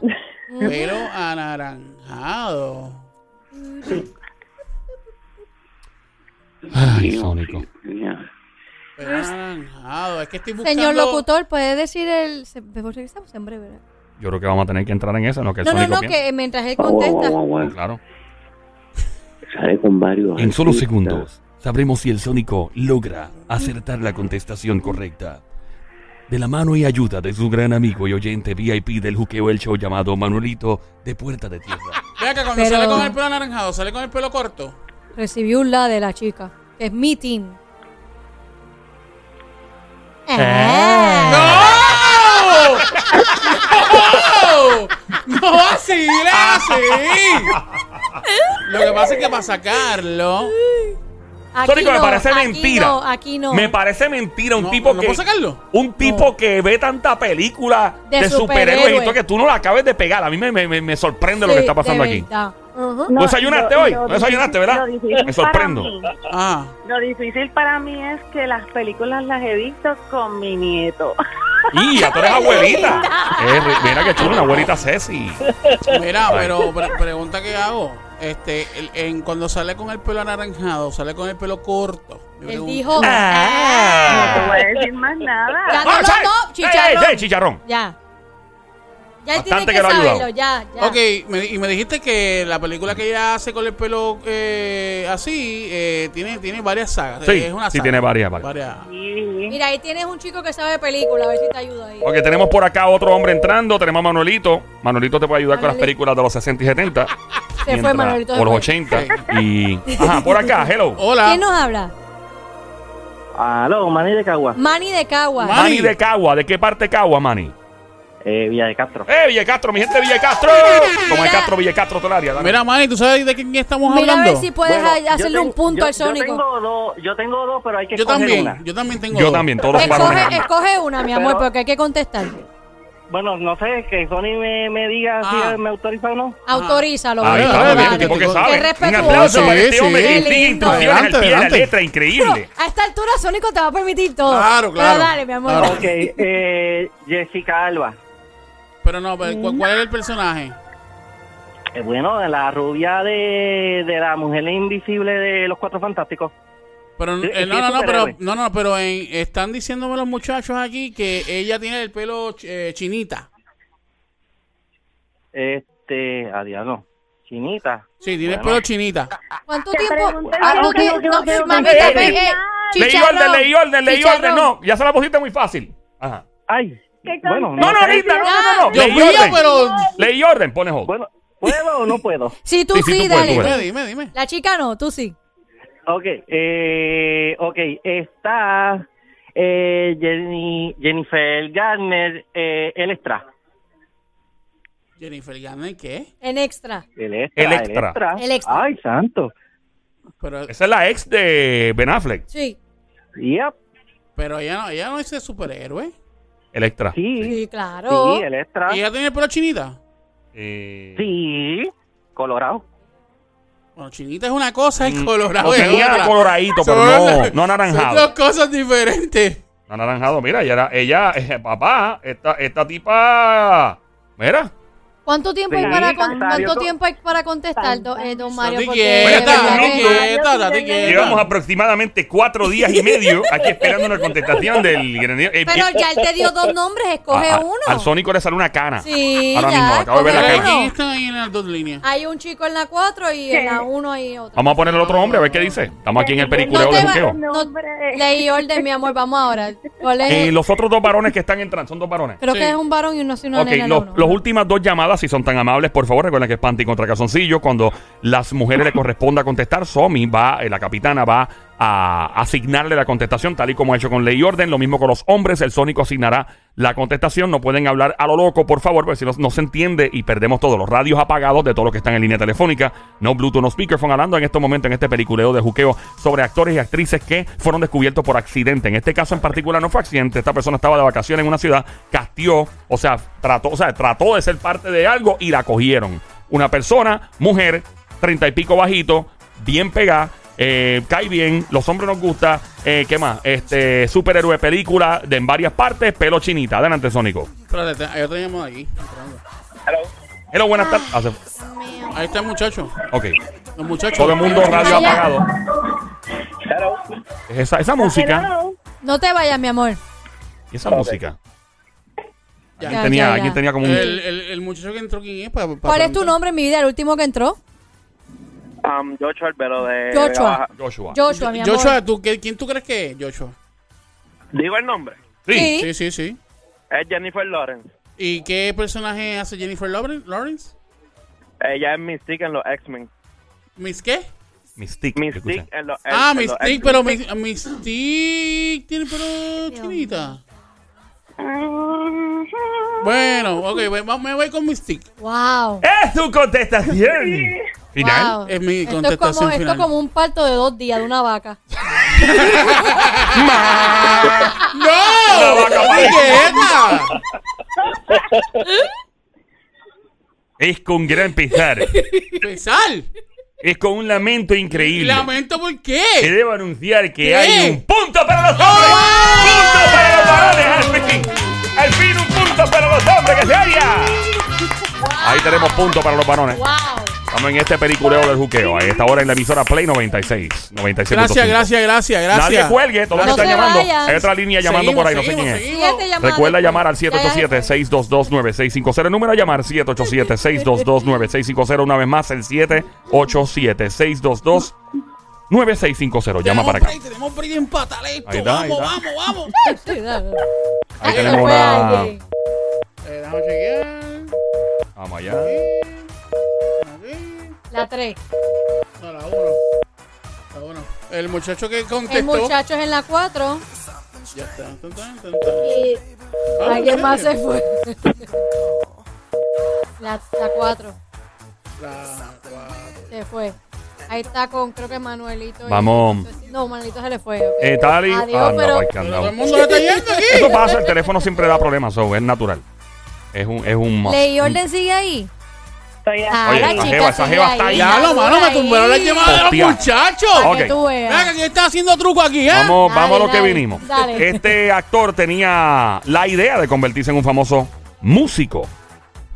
S4: Pelo anaranjado.
S2: Ay, Sónico.
S7: Ya.
S4: Pelo anaranjado. Es que estoy buscando.
S3: Señor locutor, ¿puede decir el...? se- Regresamos en breve, ¿verdad?
S2: Yo creo que vamos a tener que entrar en eso, en lo que el
S3: No, no,
S2: Sónico
S3: no,
S2: piensa.
S3: que mientras él
S7: Guau, guau,
S3: contesta...
S7: guau, guau.
S2: Claro.
S7: Sale con varios.
S6: En solo
S7: artistas.
S6: segundos sabremos si el Sónico logra acertar la contestación correcta. De la mano y ayuda de su gran amigo y oyente VIP del juqueo el show llamado Manuelito de Puerta de
S3: Ah,
S6: Tierra.
S4: Ve acá, cuando
S3: Pero-
S4: sale con el pelo anaranjado, sale con el pelo corto.
S3: Recibí un la de la chica, que es mi team. Eh.
S4: ¡No! ¡No! ¡No así,
S2: [laughs]
S4: así! Lo que pasa es que para sacarlo.
S3: Aquí
S2: Sónico, me
S3: no,
S2: parece
S3: aquí
S2: mentira.
S3: No, aquí no.
S2: Me parece mentira un
S4: No,
S2: tipo
S4: ¿no
S2: que.
S4: puedo sacarlo?
S2: Un tipo que ve tanta película de,
S3: De
S2: superhéroes y
S3: superhéroes.
S2: todo que tú no la acabes de pegar. A mí me, me- me- me sorprende lo
S3: Sí,
S2: que está pasando
S3: de
S2: aquí.
S3: verdad. Ajá.
S2: ¿No desayunaste hoy? ¿No desayunaste,
S8: difícil-
S2: verdad?
S8: lo difícil
S2: Me sorprendo.
S8: para mí-
S4: Ah,
S8: lo difícil para mí es que las películas las he visto con mi nieto. [laughs]
S2: Y ya tú eres abuelita. Eh, re- mira qué chulo, una abuelita Ceci.
S3: Ah,
S4: mira, pero pre- pregunta que hago. Este, el- en, cuando sale con el pelo anaranjado, sale con el pelo corto. Yo
S3: Él
S4: pregunto,
S3: dijo.
S2: Eh.
S8: No te voy a decir más nada.
S3: Ya no,
S2: Ah, ¿sabes?
S3: no, no, chicharrón.
S2: Eh, eh, eh, chicharrón.
S3: Ya. Ya él tiene
S2: Bastante
S3: que,
S2: que lo ha ayudado.
S3: saberlo, ya, ya.
S4: Ok, me di- y me dijiste que la película que ella hace con el pelo eh, así eh, tiene, tiene varias sagas. Eh,
S2: Sí,
S4: es una
S2: sí,
S4: saga.
S2: tiene varias, varias.
S8: Sí.
S3: Mira, ahí tienes un chico que sabe de película, a ver si te ayuda ahí.
S2: Ok, tenemos por acá otro hombre entrando. Tenemos a Manuelito. Manuelito te puede ayudar con las
S3: Manuelito.
S2: películas de los 60 y 70.
S3: [laughs] Se fue
S2: mientras-
S3: Manuelito. se
S2: O los
S3: fue. Oh,
S2: 80. Y. Ajá, por acá, hello.
S4: Hola.
S3: ¿Quién nos habla?
S7: Aló, Manny de Cagua.
S3: Manny de Cagua.
S4: Ma-
S2: Manny
S4: Manny.
S2: de Cagua. ¿De qué parte de Cagua, Manny?
S7: Eh, Villa de Castro.
S2: ¡Eh, Villecastro, mi gente de Villecastro! Como el Castro, Villecastro, toda el área. dale.
S4: Mira, Manny, ¿tú sabes de quién estamos
S3: Mira a
S4: hablando?
S3: ver si puedes
S7: Bueno,
S3: ha-
S7: yo
S3: hacerle
S7: tengo-
S3: un punto
S7: yo-
S3: al Sónico.
S7: Yo tengo dos, yo tengo dos, pero hay que
S4: yo
S7: escoger
S4: también,
S7: una.
S4: yo también tengo
S2: Yo
S4: dos.
S2: también, todos los varones.
S3: Escoge, escoge una, mi amor,
S7: Pero-
S3: porque hay que contestar.
S7: Bueno, no sé, que Sony me, me diga
S4: Ah.
S7: si me autoriza o no.
S3: Autorízalo.
S2: Ahí
S3: bro,
S4: está,
S2: estamos
S3: dale.
S2: bien,
S4: vale.
S2: un tipo que
S4: Qué
S2: sabe. Un
S3: respetuoso.
S2: aplauso para
S4: Sí,
S2: este
S4: sí.
S2: hombre que
S3: Qué
S2: sigue
S3: lindo.
S2: instrucciones al
S4: Adelante,
S2: pie de la
S4: adelante.
S2: letra,
S3: Pero
S2: increíble.
S3: a esta altura Sónico te va a permitir todo.
S4: Claro, claro.
S3: Pero dale, mi amor.
S4: Claro.
S7: Ok, eh, Jessica Alba.
S4: Pero no, pero ¿cu- ¿cuál es el personaje?
S7: Eh, bueno, la rubia de, de la mujer invisible de los Cuatro Fantásticos.
S4: Pero
S7: Sí,
S4: eh,
S7: sí,
S4: no, no, no, pero
S7: superhéroe.
S4: no, no, pero en- están diciéndome los muchachos aquí que ella tiene el pelo ch- eh, chinita.
S7: Este, adiós, no. Chinita.
S4: Sí, tiene el
S7: Bueno.
S4: pelo chinita.
S3: ¿Cuánto
S8: Te
S3: tiempo?
S8: pregunté,
S3: ¿Cuánto
S8: ok,
S3: tiempo?
S8: ok, ok, ok,
S3: mami,
S8: ok.
S3: también, eh,
S2: Leí
S3: chicharrón,
S2: orden, leí orden, leí
S3: chicharrón.
S2: orden. No, ya se la pusiste muy fácil. Ajá.
S7: Ay,
S8: ¿Qué
S7: bueno,
S8: tonta?
S2: No, no,
S7: sé.
S2: ahorita, no, no, no. no.
S4: Yo
S2: Leí
S4: mío,
S3: pues.
S2: orden.
S4: pero...
S2: Leí orden, pone hold.
S7: Bueno, ¿puedo o
S3: [laughs]
S7: no puedo?
S3: Sí, tú
S2: Sí,
S3: sí,
S2: sí, tú puedes,
S3: dale.
S2: tú puedes.
S4: Dime, dime, dime.
S3: La chica no, tú sí.
S7: Ok, eh, ok, está eh, Jenny, Jennifer Garner, eh, el extra.
S4: Jennifer Garner, ¿qué?
S3: En extra.
S7: El extra.
S2: El extra.
S3: El extra.
S7: Ay, santo.
S4: Pero,
S2: Esa es la ex de Ben Affleck,
S3: Sí.
S7: Yep,
S4: pero ella, no, ella no es el superhéroe.
S2: el extra.
S7: sí,
S3: Sí, claro.
S7: sí, el extra.
S2: Ah.
S4: ¿Y ella tiene el pelo chinita?
S2: Eh,
S7: Sí, colorado.
S4: Bueno, chinita es una cosa, el colorado
S2: Lo
S4: es
S2: mm, tenía
S4: otra.
S2: coloradito, pero no, no anaranjado.
S4: Son dos cosas diferentes.
S2: No anaranjado, mira, ella, era- ella eh, papá, esta, esta tipa. Mira,
S3: ¿Cuánto tiempo hay
S7: Sí,
S3: para con-
S7: Mario,
S3: cuánto
S7: tú-
S3: tiempo hay para contestar, do- eh, don Mario?
S4: Date
S3: Porque
S2: Bueno,
S4: quieta,
S2: está,
S3: verdad
S4: date
S3: que-
S2: minuto.
S4: quieta, date quieta.
S2: llevamos aproximadamente cuatro días y medio aquí esperando una contestación del granero. Eh,
S3: Pero
S2: eh,
S3: ya él te dio dos nombres, escoge
S2: a- a-
S3: uno.
S2: Ah, Al Sónico le sale una cana.
S3: Sí,
S2: Ahora
S3: ya,
S2: mismo, acabo de ver la
S3: escoge
S2: cara.
S3: uno.
S4: Aquí están ahí en las dos líneas.
S3: Hay un chico en la 4 y en la 1 hay otro.
S2: Vamos a poner el otro hombre a ver qué dice. Estamos aquí en el periculeo
S3: No
S2: de
S3: te va-
S2: juqueo.
S3: no- leí orden, mi amor, vamos ahora. ¿Cuál es?
S2: Eh, los otros dos varones que están entrando, son dos varones.
S3: Creo
S4: sí.
S3: que es un varón y uno sin una
S2: ok,
S3: nena.
S2: los,
S3: no, no.
S2: los últimas dos llamadas, si son tan amables, por favor, recuerden que es Panty contra Calzoncillo. Cuando las mujeres le corresponda contestar, Somi va, eh, la capitana va a asignarle la contestación, tal y como ha hecho con ley y orden. Lo mismo con los hombres, el sónico asignará la contestación. No pueden hablar a lo loco, por favor, porque si no, no se entiende y perdemos todos los radios apagados de todos los que están en línea telefónica. No Bluetooth, no speakerphone, hablando en este momento, en este periculeo de juqueo, sobre actores y actrices que fueron descubiertos por accidente. En este caso en particular no fue accidente, esta persona estaba de vacaciones en una ciudad, castió, o sea, trató, o sea, trató de ser parte de algo y la cogieron. Una persona, mujer, treinta y pico bajito, bien pegada, eh, cae bien, los hombres nos gusta, eh, ¿qué más? Este superhéroe película de en varias partes, pelo chinita. Adelante, Sónico.
S4: Espérate, te- hay otro llamado aquí. entrando.
S2: Hello, buenas tardes. Ah, se-
S4: Ahí está el muchacho.
S2: Ok.
S4: Los muchachos.
S2: Todo el mundo radio
S3: Allá.
S2: apagado. Esa, esa música.
S3: No te vayas, mi amor.
S2: ¿Y esa música?
S4: Ya.
S2: Alguien tenía,
S3: Ya, ya,
S2: alguien
S3: ya.
S2: tenía como un...
S4: El, el, el muchacho que entró, ¿quién es? Pa- pa-
S3: ¿Cuál es
S4: preguntar.
S3: tu nombre, mi vida? El último que entró.
S7: Um, Joshua Albero de...
S3: Joshua.
S2: Joshua.
S3: Joshua, mi amor.
S4: Joshua, ¿tú, qué- ¿quién tú crees que es, Joshua?
S7: Digo el nombre.
S2: Sí.
S3: Sí.
S4: Sí, sí, sí.
S7: Es Jennifer Lawrence.
S4: ¿Y qué personaje hace Jennifer Lawren- Lawrence?
S7: Ella es Mystique en los X-Men.
S4: ¿Miss qué?
S2: Mystique.
S7: Mystique
S2: escucha.
S7: en los
S4: Ah,
S7: en los
S4: Mystique,
S7: X-Men.
S4: pero Mis- Mystique tiene pero chinita. Bueno, ok, ve- va- me voy con Mystique.
S3: Wow.
S2: ¡Es tu contestación! Eh, Final.
S3: Wow.
S4: Es Eh, mi
S3: esto es
S4: contestación
S3: como, esto
S4: final.
S3: es como un parto de dos días de una vaca. [laughs]
S4: ¡No! ¡Quieta!
S2: Es con gran pesar.
S3: [laughs]
S4: Pesar.
S2: es con un lamento increíble.
S4: Lamento por
S2: que
S4: qué.
S2: debo anunciar que
S4: ¿Qué?
S2: hay un punto para los hombres.
S4: ¡Oh!
S2: ¡Punto para los varones! ¡Al fin! ¡Al fin un punto para los hombres! ¡Que se haya! Ahí tenemos punto para los varones.
S3: ¡Wow!
S2: Estamos en este periculeo del juqueo. A esta hora en la emisora Play 96. 96.
S4: Gracias, gracias, gracias, gracias.
S2: Nadie cuelgue, todos
S3: No
S2: me están
S3: se
S2: llamando.
S3: vayan.
S2: Hay otra línea llamando
S4: Seguimos,
S2: por ahí, no sé
S4: seguimos,
S2: quién es.
S4: seguimos.
S3: Siguiente llamada.
S2: Recuerda llamar al
S3: [laughs] Ya,
S2: 787-622-9650. El número a llamar 787-622-9650. Una vez más, el 787-622-9650. Llama
S4: Tenemos
S2: para acá.
S4: break, tenemos break en pataleto.
S2: Ahí está, ahí
S4: vamos,
S2: está.
S4: vamos,
S2: [laughs]
S4: vamos,
S3: ya.
S2: Ahí
S3: Eso
S2: tenemos
S3: fue
S2: una.
S3: alguien.
S4: Eh, déjame chequear.
S2: Vamos allá.
S4: Aquí.
S3: La 3.
S4: No, la uno. La uno. El muchacho que contestó.
S3: El muchacho es en la 4.
S4: Ya está. Tan, tan, tan, tan.
S3: Y
S4: Ah,
S3: alguien más
S4: ¿en
S3: se
S4: serio?
S3: fue.
S4: [laughs]
S3: La 4.
S4: La cuatro.
S3: Se fue. Ahí está con, creo que Manuelito. y-
S2: Vamos.
S3: No, Manuelito se le fue. ok.
S2: Eh, Tali.
S3: Adiós,
S2: Ah, no,
S3: pero-
S2: hay que
S4: Pero
S2: andar.
S4: todo el mundo le está yendo aquí.
S3: [laughs]
S2: Eso pasa, el teléfono siempre da problemas, so, es natural. Es un. Es un
S3: Ley y orden sigue ahí.
S5: Estoy
S3: Ah,
S2: Oye,
S3: la
S2: esa
S3: chica
S2: jeva- esa
S3: sigue
S2: jeva
S3: ahí,
S2: está ahí.
S4: Ya, lo mano, me tumbaron la llamada de
S2: Hostia.
S4: los muchachos.
S3: Para que
S2: Ok.
S3: tú veas.
S4: Venga, ¿quién está haciendo truco aquí, eh?
S2: Vamos,
S3: Dale,
S2: vamos a lo que
S3: dale,
S2: vinimos.
S3: dale.
S2: Este actor tenía la idea de convertirse en un famoso músico,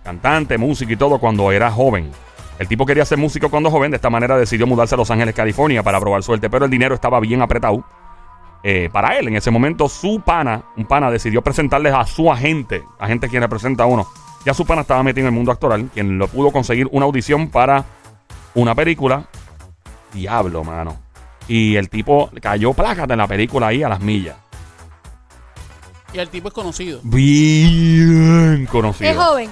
S2: cantante, músico y todo cuando era joven. El tipo quería ser músico cuando joven, de esta manera decidió mudarse a Los Ángeles, California para probar suerte, pero el dinero estaba bien apretado. eh, para él, en ese momento, su pana, un pana, decidió presentarles a su agente, agente quien representa a uno. Ya su pana estaba metido en el mundo actoral, quien lo pudo conseguir una audición para una película Diablo, mano. Y el tipo cayó placas de la película ahí a las millas.
S4: Y el tipo es conocido.
S2: Bien
S3: Qué
S2: conocido.
S3: joven.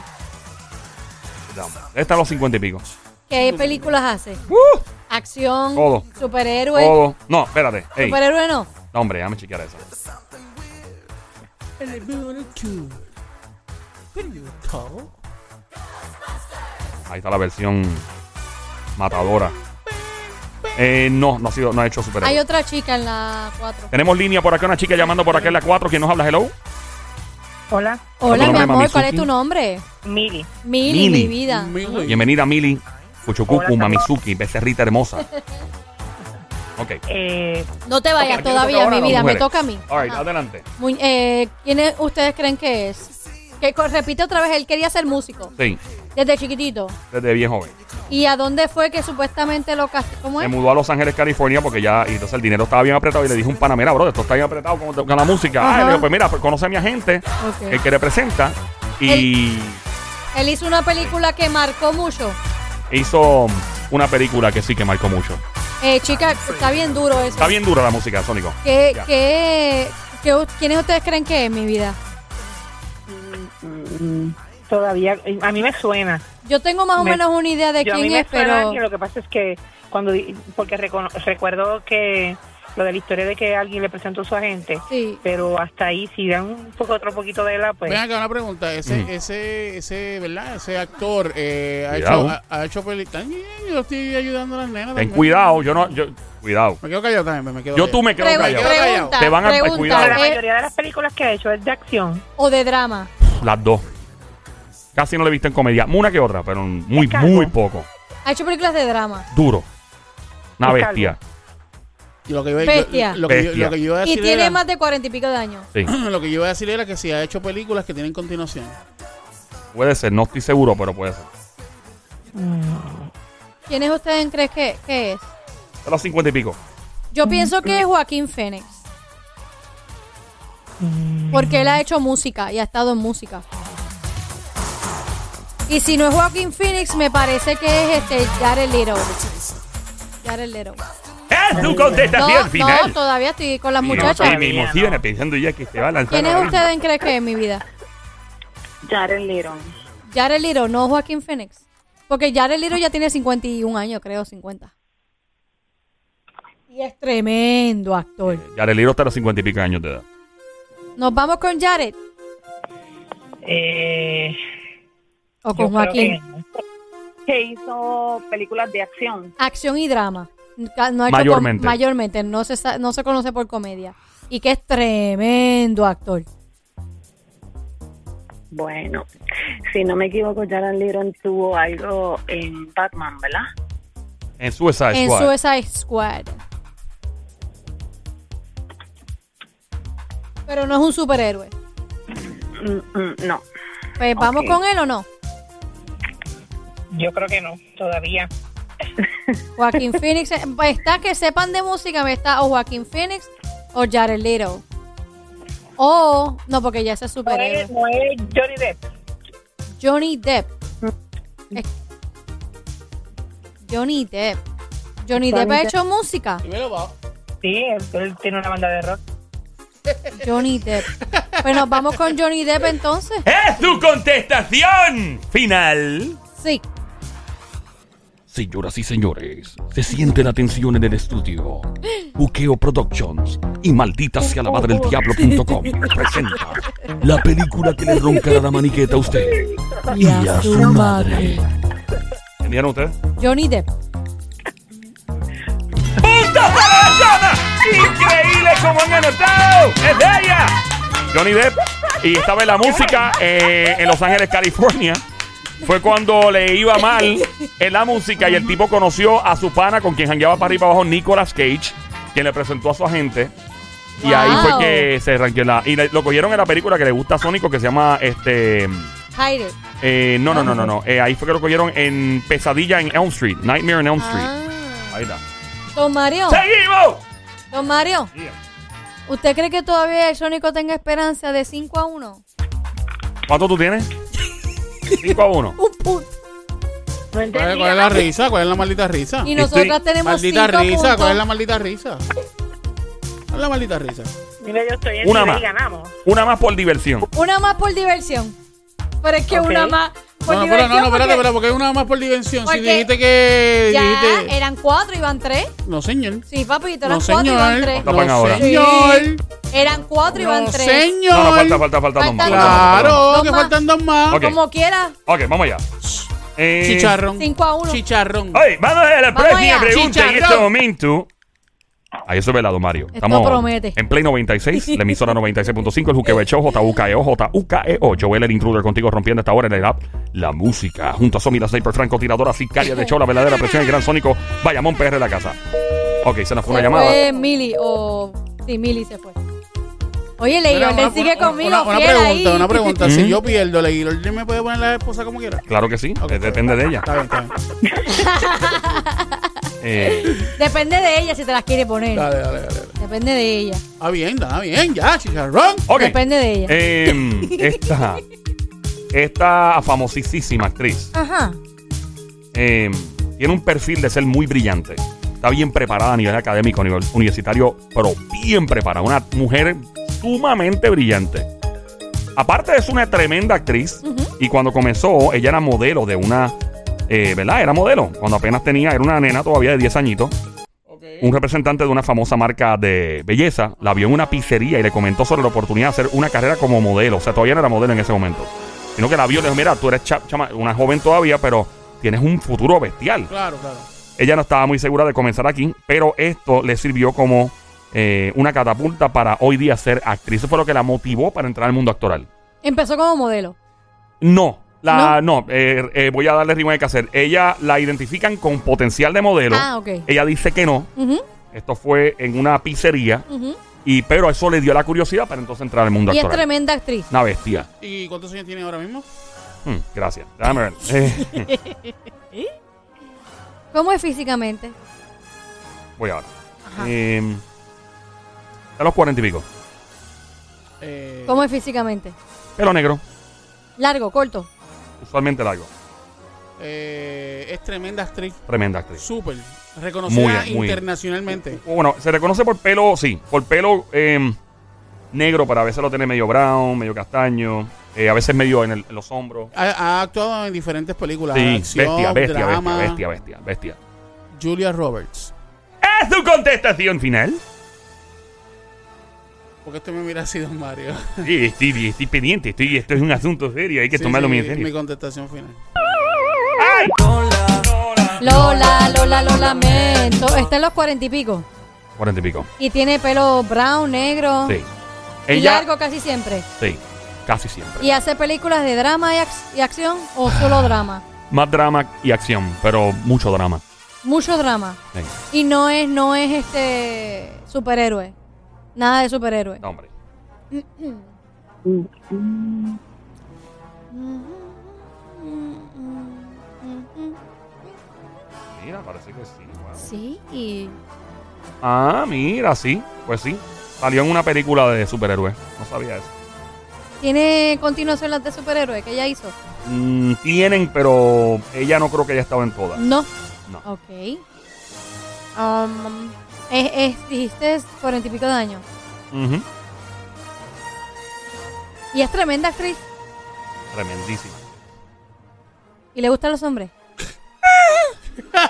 S2: Está a los 50 y pico.
S3: ¿Qué películas hace?
S4: Uh.
S3: Acción.
S2: Todo.
S3: Superhéroe.
S2: Todo. Oh, No, espérate. Ey,
S3: Superhéroe no.
S2: no, hombre, déjame chequear eso. Ahí está la versión matadora. Eh, no, no ha sido, no ha hecho
S3: Hay
S2: superhéroe.
S3: otra chica en la 4.
S2: Tenemos línea por acá, una chica llamando por acá en la 4. ¿Quién nos habla? Hello.
S8: Hola,
S3: Hola, mi
S2: nombre,
S3: amor,
S2: Mamizuki?
S3: ¿cuál es tu nombre?
S8: Mili.
S3: Mili,
S2: Mili.
S3: mi vida.
S4: Mili.
S2: Bienvenida, Mili. Cuchucucu,
S8: Hola.
S2: Mamizuki, becerrita hermosa. Ok.
S8: Eh,
S3: No te vayas
S2: Ok,
S3: todavía,
S2: ahora
S3: mi
S2: a las
S3: vida, me
S2: mujeres.
S3: toca a mí.
S2: All right,
S3: Ajá.
S2: adelante.
S3: Mu- eh, ¿Quiénes ustedes creen que es? Que co- repite otra vez, él quería ser músico
S2: Sí,
S3: desde chiquitito.
S2: desde bien joven.
S3: ¿Y a dónde fue que supuestamente lo castigó? ¿Cómo
S2: Se
S3: es?
S2: mudó a Los Ángeles, California, porque ya, y entonces el dinero estaba bien apretado. Y le dije a un panamera, bro, esto está bien apretado con, con la música. Ah,
S3: Ajá.
S2: y le digo, pues mira, pues conoce a mi agente,
S3: Ok.
S2: el que representa, y
S3: Él hizo una película que marcó mucho.
S2: hizo una película que sí que marcó mucho.
S3: Eh, chica, está bien duro eso.
S2: Está bien dura la música, Sónico.
S3: ¿Qué,
S2: Ya.
S3: qué- qué u- ¿Quiénes ustedes creen que es, mi vida?
S8: mm, todavía, eh, a mí me suena.
S3: Yo tengo más o
S8: Me-
S3: menos una idea de
S8: Yo a mí
S3: quién
S8: me
S3: es,
S8: suena
S3: pero...
S8: y lo que pasa es que cuando, di- porque recono- recuerdo que lo de la historia de que alguien le presentó a su agente,
S3: Sí.
S8: pero hasta ahí, si dan un poco, otro poquito de la, pues...
S4: Ven acá una pregunta, ese,
S2: Mm.
S4: ese, ese, ¿verdad? Ese actor eh, ha,
S2: Cuidado.
S4: hecho, ha, ha hecho peli- Tan bien, Yo estoy ayudando a las nenas.
S2: Ten
S4: también.
S2: cuidado, yo no, yo, cuidado.
S4: Me quedo callado también, pues me quedo
S2: Yo
S4: callado.
S2: tú me quedo
S3: Pregu-
S4: callado.
S2: callado.
S3: pregunta,
S2: Te van a-
S3: pregunta,
S2: cuidado.
S8: la
S3: ¿es-
S8: mayoría de las películas que ha hecho es de acción.
S3: o de drama.
S2: Las dos. Casi no le he visto en comedia. Una que otra, pero muy,
S8: calvo.
S2: muy poco.
S3: Ha hecho películas de drama.
S2: Duro. Una
S8: Es
S2: bestia.
S4: Y Lo que iba,
S3: Bestia.
S4: Lo, lo que yo,
S2: Bestia.
S4: lo que yo iba a
S3: Y
S4: decir
S3: tiene
S4: era,
S3: más de cuarenta y pico de años.
S2: Sí.
S4: [clears throat] Lo que yo iba a decir era que si ha hecho películas que tienen continuación.
S2: Puede ser, no estoy seguro, pero puede ser.
S3: ¿Quiénes ustedes creen que, que es?
S2: A los 50 y pico.
S3: Yo pienso que es Joaquín Fénix. Porque él ha hecho música y ha estado en música. Y si no es Joaquín Phoenix, me parece que es este Jared Leto. Jared Leto.
S2: ¡Es tu contestación
S3: No,
S2: final!
S3: no, todavía estoy con las
S2: Y
S3: muchachas.
S2: me emociona pensando ya que se va a lanzar.
S3: ¿Quiénes
S2: ahora mismo.
S3: ustedes creen que es mi vida?
S8: Jared Leto.
S3: Jared Leto, no Joaquín Phoenix. Porque Jared Leto ya tiene 51 años, creo, 50. Y es tremendo actor.
S2: Jared Leto está a los 50 y pico años de edad.
S3: ¿Nos vamos con Jared
S8: Eh,
S3: o con
S8: yo creo
S3: Joaquín?
S8: Que, que hizo películas de acción.
S3: acción y drama. Nunca- no ha hecho
S2: Mayormente.
S3: com- mayormente, no se, sa- no se conoce por comedia. Y que es tremendo actor.
S8: Bueno, si no me equivoco, Jared Litton tuvo algo en Batman, ¿verdad?
S6: En Suicide
S3: En
S6: Squad.
S3: Suicide Squad. Pero no es un superhéroe.
S8: Mm, mm, no,
S3: Pues vamos
S8: Ok.
S3: con él o no.
S9: Yo creo que no, todavía.
S3: Joaquín Phoenix. eh, Está que sepan de música, me está o Joaquín Phoenix o Jared Leto. O, no, porque ya ese es
S9: No
S3: superhéroe.
S9: es, no es Johnny Depp.
S3: Johnny Depp. Es- Johnny Depp. Johnny Depp ha hecho música.
S4: Dímelo, va.
S9: Sí, él, él tiene una banda de rock.
S3: Johnny Depp. Pues nos vamos con Johnny Depp entonces.
S2: ¡Es tu contestación final!
S3: Sí.
S6: Señoras y señores, se siente la tensión en el estudio. Buqueo Productions y maldita sea la madre del diablo.com presenta la película que le ronca la maniqueta a usted y a su madre.
S2: ¿Entendieron ustedes?
S3: Johnny Depp.
S2: ¡Punto para la dama! ¡Increíble como han anotado! ¡Es de ella! Johnny Depp. Y estaba en la música eh, en Los Ángeles, California. Fue cuando le iba mal en la música y el tipo conoció a su pana con quien jangueaba para arriba y para abajo, Nicolas Cage, quien le presentó a su agente. Y ahí
S3: Wow.
S2: fue que se ranqueó la. Y le- lo cogieron en la película que le gusta a Sónico que se llama este.
S3: Hide it.
S2: eh, no, no, no, no, no. Eh, ahí fue que lo cogieron en Pesadilla en Elm Street, Nightmare in Elm Street.
S3: Ah.
S2: Ahí está.
S3: Don Mario.
S2: ¡Seguimos!
S3: Don Mario. ¿Usted cree que todavía el Sónico tenga esperanza de 5 a 1?
S2: ¿Cuánto tú tienes? 5 a 1.
S3: Un punto.
S9: No
S4: ¿Cuál
S9: entendí.
S4: es, cuál es la risa? ¿Cuál es la maldita risa?
S3: Y nosotras
S2: Estoy-
S3: tenemos 5
S4: Maldita risa,
S3: puntos.
S4: ¿cuál es la maldita risa? ¿Cuál es la maldita risa?
S9: Mira, yo estoy en
S2: Una
S9: nivel
S2: más.
S9: y ganamos.
S2: Una más por diversión.
S3: Una más por diversión. Pero es que
S9: Ok.
S3: una más por
S4: No, no, pero
S3: diversión.
S4: no, no, espérate,
S3: porque
S4: espérate, porque hay una más por diversión. Si
S3: Porque
S4: dijiste que.
S3: ya
S4: dijiste-
S3: eran 4 y van 3.
S4: No, señor.
S3: Sí, papi, y
S4: No,
S3: eran 4 y van
S4: señor.
S3: 3.
S2: No tapan ahora.
S4: señor.
S3: Eran 4 y van
S4: No,
S3: 3.
S4: señor.
S2: No, no, falta, falta, falta. dos más,
S3: Faltan-
S2: falta, falta, falta.
S4: Claro,
S3: Dos
S4: que
S3: más.
S4: faltan dos más.
S2: Ok.
S3: Como quiera,
S2: Ok, vamos allá. Eh,
S4: Chicharrón.
S3: 5 a 1.
S4: Chicharrón.
S2: Oye, vamos a la
S3: Vamos
S2: próxima
S3: allá.
S2: pregunta en
S4: Chicharrón.
S2: este momento. Ahí eso es velado, Mario.
S3: Esto promete.
S2: en Play 96, la emisora 96.5, el Juqueo del Show, JUKEO, JUKEO. Joel el Intruder contigo rompiendo esta hora en el app. La música, junto a Somi, la Sniper Franco, tiradora, sicaria de show, la verdadera presión, el gran sónico, Bayamón PR de la casa. Ok, se nos fue una
S3: se
S2: llamada.
S3: fue Mili o sí, Mili se fue. Oye,
S4: Mira,
S3: Leidor,
S4: una-
S3: le sigue
S4: una-
S3: conmigo
S4: Una, una
S3: fiel
S4: pregunta,
S3: ahí.
S4: una pregunta.
S2: Mm.
S4: Si yo pierdo, la Gaylord me puede poner la esposa como quiera.
S2: Claro que sí,
S4: Ok,
S2: eh, depende de ella.
S4: Está bien, está bien.
S2: Eh,
S3: [laughs] Depende de ella si te las quiere poner.
S4: Dale, dale, dale. dale.
S3: Depende de ella.
S4: Ah, bien, está bien. Ya, chicharrón.
S2: ok.
S3: Depende de ella.
S2: Eh, esta, esta famosísima actriz
S3: Ajá.
S2: eh, tiene un perfil de ser muy brillante. Está bien preparada a nivel académico, a nivel universitario, pero bien preparada. Una mujer sumamente brillante. Aparte de ser una tremenda actriz, y cuando comenzó, ella era modelo de una. eh, ¿Verdad? Era modelo. Cuando apenas tenía, era una nena todavía de 10 añitos. Un representante de una famosa marca de belleza la vio en una pizzería y le comentó sobre la oportunidad de hacer una carrera como modelo. O sea, todavía no era modelo en ese momento. Sino que la vio y le dijo, mira, tú eres cha- chama- una joven todavía, pero tienes un futuro bestial.
S4: Claro, claro.
S2: Ella no estaba muy segura de comenzar aquí, pero esto le sirvió como eh, una catapulta para hoy día ser actriz. Eso fue lo que la motivó para entrar al mundo actoral.
S3: Empezó como modelo.
S2: No, la, no, eh, eh, voy a darle ritmo de que hacer. Ella la identifican con potencial de modelo.
S3: Ah, ok.
S2: Ella dice que no.
S3: Ujú,
S2: Esto fue en una pizzería.
S3: ujú.
S2: Y pero eso le dio la curiosidad para entonces entrar al mundo
S3: Y es
S2: actoral.
S3: tremenda actriz.
S2: Una bestia.
S4: ¿Y cuántos años tiene ahora mismo?
S2: Hmm, gracias. Déjame
S3: [laughs]
S2: ver. Eh,
S3: ¿Cómo es físicamente?
S2: voy ahora.
S3: Ajá.
S2: Eh, a los cuarenta y pico.
S4: Eh,
S3: ¿Cómo es físicamente?
S2: Pelo negro,
S3: Largo, corto.
S2: usualmente largo.
S4: eh, es tremenda actriz.
S2: Tremenda actriz.
S4: Súper. Reconocida
S2: Muy, muy.
S4: internacionalmente.
S2: Bueno, se reconoce por pelo, sí, por pelo eh, negro, pero a veces lo tiene medio brown, medio castaño, eh, a veces medio en, el- en los hombros.
S4: Ha, ha actuado en diferentes películas.
S2: Sí,
S4: acción,
S2: bestia, bestia,
S4: drama.
S2: bestia, bestia, bestia, bestia.
S4: Julia Roberts.
S2: ¿Es tu contestación
S4: [laughs]
S2: final?
S4: Porque esto me mira así, don Mario.
S2: Sí, estoy, estoy pendiente, estoy, esto es un asunto serio, hay que
S4: Sí,
S2: tomarlo
S4: sí,
S2: muy en serio.
S4: Mi contestación final.
S3: Lola, Lola, lo lamento. Está en los cuarenta y pico.
S2: Cuarenta y pico.
S3: Y tiene pelo brown, negro.
S2: Sí.
S3: Y
S2: Ella,
S3: largo casi siempre.
S2: sí. Casi siempre.
S3: ¿Y hace películas de drama y, ac- y acción o solo drama?
S2: Más drama y acción, pero mucho drama.
S3: Mucho drama.
S2: Sí.
S3: Y no es, no es este superhéroe. Nada de superhéroe.
S2: No, hombre. Mira, parece que sí. wow.
S3: Sí. y-
S2: Ah, mira, sí. Pues sí. Salió en una película de superhéroes. No sabía eso.
S3: ¿Tiene continuación las de superhéroe que ella hizo?
S2: Mm, tienen, pero ella no creo que haya estado en todas.
S3: No.
S2: No.
S3: Ok. Um, es, es- dijiste es cuarenta y pico de años.
S2: Ujú.
S3: Y es tremenda actriz.
S2: Tremendísima.
S3: Y le gustan los hombres.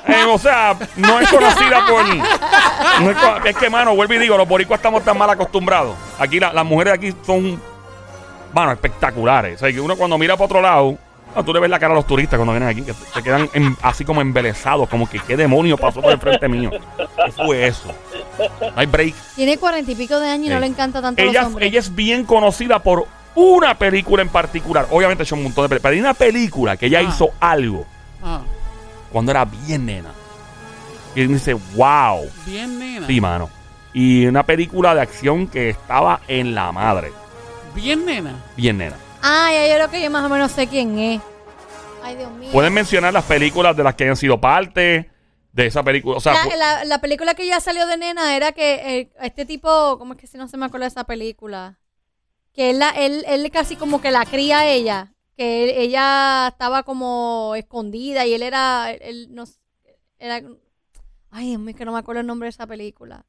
S2: Eh, o sea, no es conocida por. no es, co- es que, mano, vuelvo y digo, los boricuas estamos tan mal acostumbrados. Aquí la- las mujeres aquí son, mano, espectaculares. O sea, que uno cuando mira para otro lado, ah, tú le ves la cara a los turistas cuando vienen aquí, que se quedan en- así como embelesados, como que qué demonio pasó por el frente mío. ¿Qué fue eso? No hay break.
S3: Tiene cuarenta y pico de años y no
S2: Ey.
S3: le encanta tanto los
S2: Ella,
S3: hombres.
S2: ella es bien conocida por una película en particular. Obviamente, ha hecho un montón de películas, pero hay una película que ella
S4: Ah.
S2: hizo algo
S4: Ah,
S2: cuando era bien nena. Y uno dice, wow.
S4: bien, nena.
S2: Sí, mano. Y una película de acción que estaba en la madre.
S4: Bien, nena.
S2: Bien, nena.
S3: Ah, ya yo creo que yo más o menos sé quién es. Ay, Dios mío.
S2: Pueden mencionar las películas de las que hayan sido parte de esa película. O sea,
S3: La,
S2: pu-
S3: la- la película que ya salió de nena era que eh, este tipo, ¿cómo es que si no se me acuerda de esa película? Que él, la- él, él casi como que la cría a ella, que él- ella estaba como escondida y él era, él no s- era, ay Dios mío, es que no me acuerdo el nombre de esa película.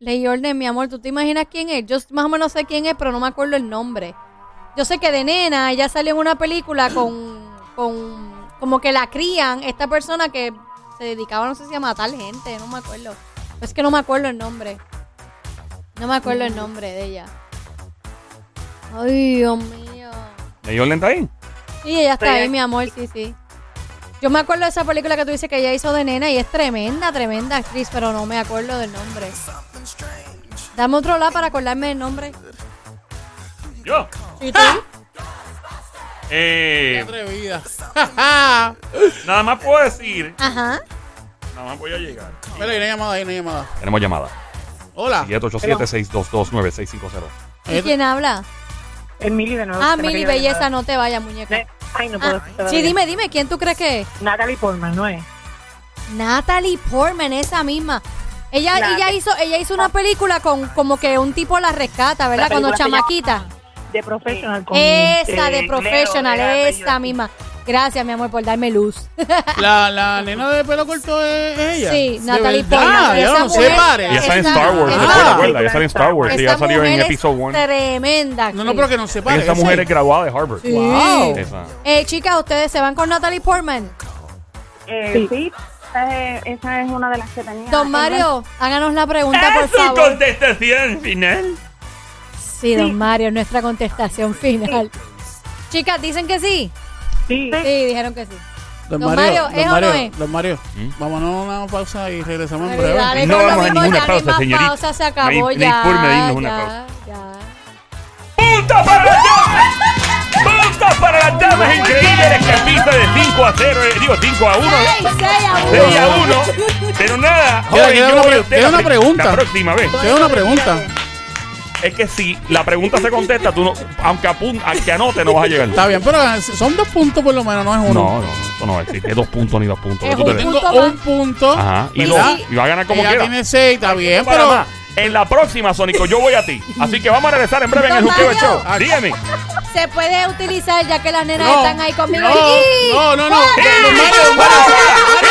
S3: Ley y Orden, mi amor, ¿tú te imaginas quién es? Yo más o menos sé quién es, pero no me acuerdo el nombre. Yo sé que de nena ella salió en una película con, con como que la crían esta persona que se dedicaba, no sé si a matar gente, no me acuerdo. Es que no me acuerdo el nombre. No me acuerdo el nombre de ella. Ay, Dios mío.
S2: ¿Ley Orden está ahí?
S3: Y ella está
S9: Estoy
S3: ahí,
S9: aquí.
S3: mi amor, sí, sí. Yo me acuerdo de esa película que tú dices que ella hizo de nena y es tremenda, tremenda actriz, pero no me acuerdo del nombre. Dame otro la para acordarme del nombre.
S2: Yo.
S3: ¿Y tú?
S4: Qué
S2: Eh,
S4: atrevida. [laughs]
S2: nada más puedo decir.
S3: Ajá.
S2: Nada más voy a llegar.
S4: Pero hay una llamada, hay una llamada.
S2: Tenemos llamada.
S4: Hola.
S2: 787-622-9650.
S3: ¿Y quién habla?
S9: Emily de nuevo.
S3: Ah,
S9: Espera que
S3: Mili
S9: yo venga.
S3: Belleza, no te vayas, muñeca.
S9: Ay, no puedo.
S3: Ah,
S9: todavía.
S3: sí, dime, dime, ¿quién tú crees que es?
S9: Natalie Portman, ¿no es?
S3: Natalie Portman, esa misma. Ella,
S9: Nat-
S3: ella hizo, ella hizo una película con como que un tipo la rescata, ¿verdad?
S9: Ah. La
S3: Cuando
S9: película se llama-
S3: chamaquita.
S9: De Professional. con,
S3: Esa
S9: eh,
S3: de
S9: Gleo,
S3: Professional,
S9: era bello
S3: esa
S9: así.
S3: misma. Gracias, mi amor, por darme luz.
S4: La, la nena de pelo corto es ella.
S3: Sí,
S4: ¿De
S3: Natalie
S4: verdad?
S3: Portman.
S4: Ya
S3: Esa
S4: no se
S3: mujer-
S4: pare.
S2: Ella sale en
S3: Esa-
S2: Star Wars,
S3: esa-
S2: recuerda, recuerda. Ella sale en Star Wars.
S3: Esa
S2: Ella Pues salió en
S3: mujer es
S2: Episode 1.
S3: Tremenda.
S4: No, no,
S3: actriz.
S4: pero que no se pare.
S2: Esa
S4: ese.
S2: mujer es graduada de Harvard.
S3: Sí.
S4: Wow.
S2: Esa.
S3: Eh, chicas, ustedes se van con Natalie Portman.
S8: Eh, sí,
S9: Sí.
S8: esa, es, esa es una de las que tenía.
S3: Don Mario, háganos la pregunta, por
S2: su
S3: favor.
S2: este contestación final?
S3: Sí, don Mario, nuestra contestación final. Chicas, ¿dicen que sí?
S9: Sí.
S3: Sí, dijeron que sí.
S4: Don
S3: Don Mario,
S4: Mario, don
S3: ¿es o
S4: Mario,
S3: no es?
S4: don Mario,
S2: ¿Mm?
S4: vámonos a una pausa y regresamos en
S3: Pero
S4: breve.
S3: dale
S2: No
S3: con lo
S2: vamos a
S3: mismo,
S2: ninguna
S3: ya,
S2: pausa,
S3: ni más
S2: señorita.
S3: pausa, se
S2: No hay-
S3: acabó
S2: no hay
S3: ya.
S2: forma de irnos una
S3: ya,
S2: pausa.
S3: ya.
S2: ¡Puntos para las damas! ¡Puntos para las damas! Increíble el escapista de 5 a 0, eh, digo 5 a 1,
S3: Ey, seis a uno.
S2: 6 a 1. Pero nada,
S4: Queda-
S2: joven,
S4: queda
S2: yo voy a
S4: una pre-
S2: usted
S4: queda
S2: la
S4: una
S2: pri-
S4: pregunta.
S2: La próxima vez.
S4: Tengo una pregunta.
S2: Es que si la pregunta se contesta, tú no, aunque apun, a que anote, no vas a llegar.
S4: Está bien, pero eh, son dos puntos por lo menos, no es uno.
S2: No, no, eso no existe. Dos puntos ni dos puntos. que
S3: Es
S2: tú te
S3: un
S2: des.
S4: Tengo
S3: Punto
S4: un
S3: más.
S4: punto.
S2: Ajá. Y,
S3: Y
S2: dos.
S3: sí.
S2: y va a ganar como
S4: ella
S2: quiera.
S4: tiene seis, está bien,
S2: Para
S4: pero
S2: más. En la próxima, Sónico, yo voy a ti. Así que vamos a regresar en breve en el
S3: Don
S2: Juqueo del
S3: Mario.
S2: Show. Dígame.
S3: Se puede utilizar ya que las nenas
S4: No,
S3: están ahí conmigo.
S4: no,
S3: ¡Y!
S4: no, no, no.
S3: ¡Fuera!
S4: Don Mario, don Mario, fuera,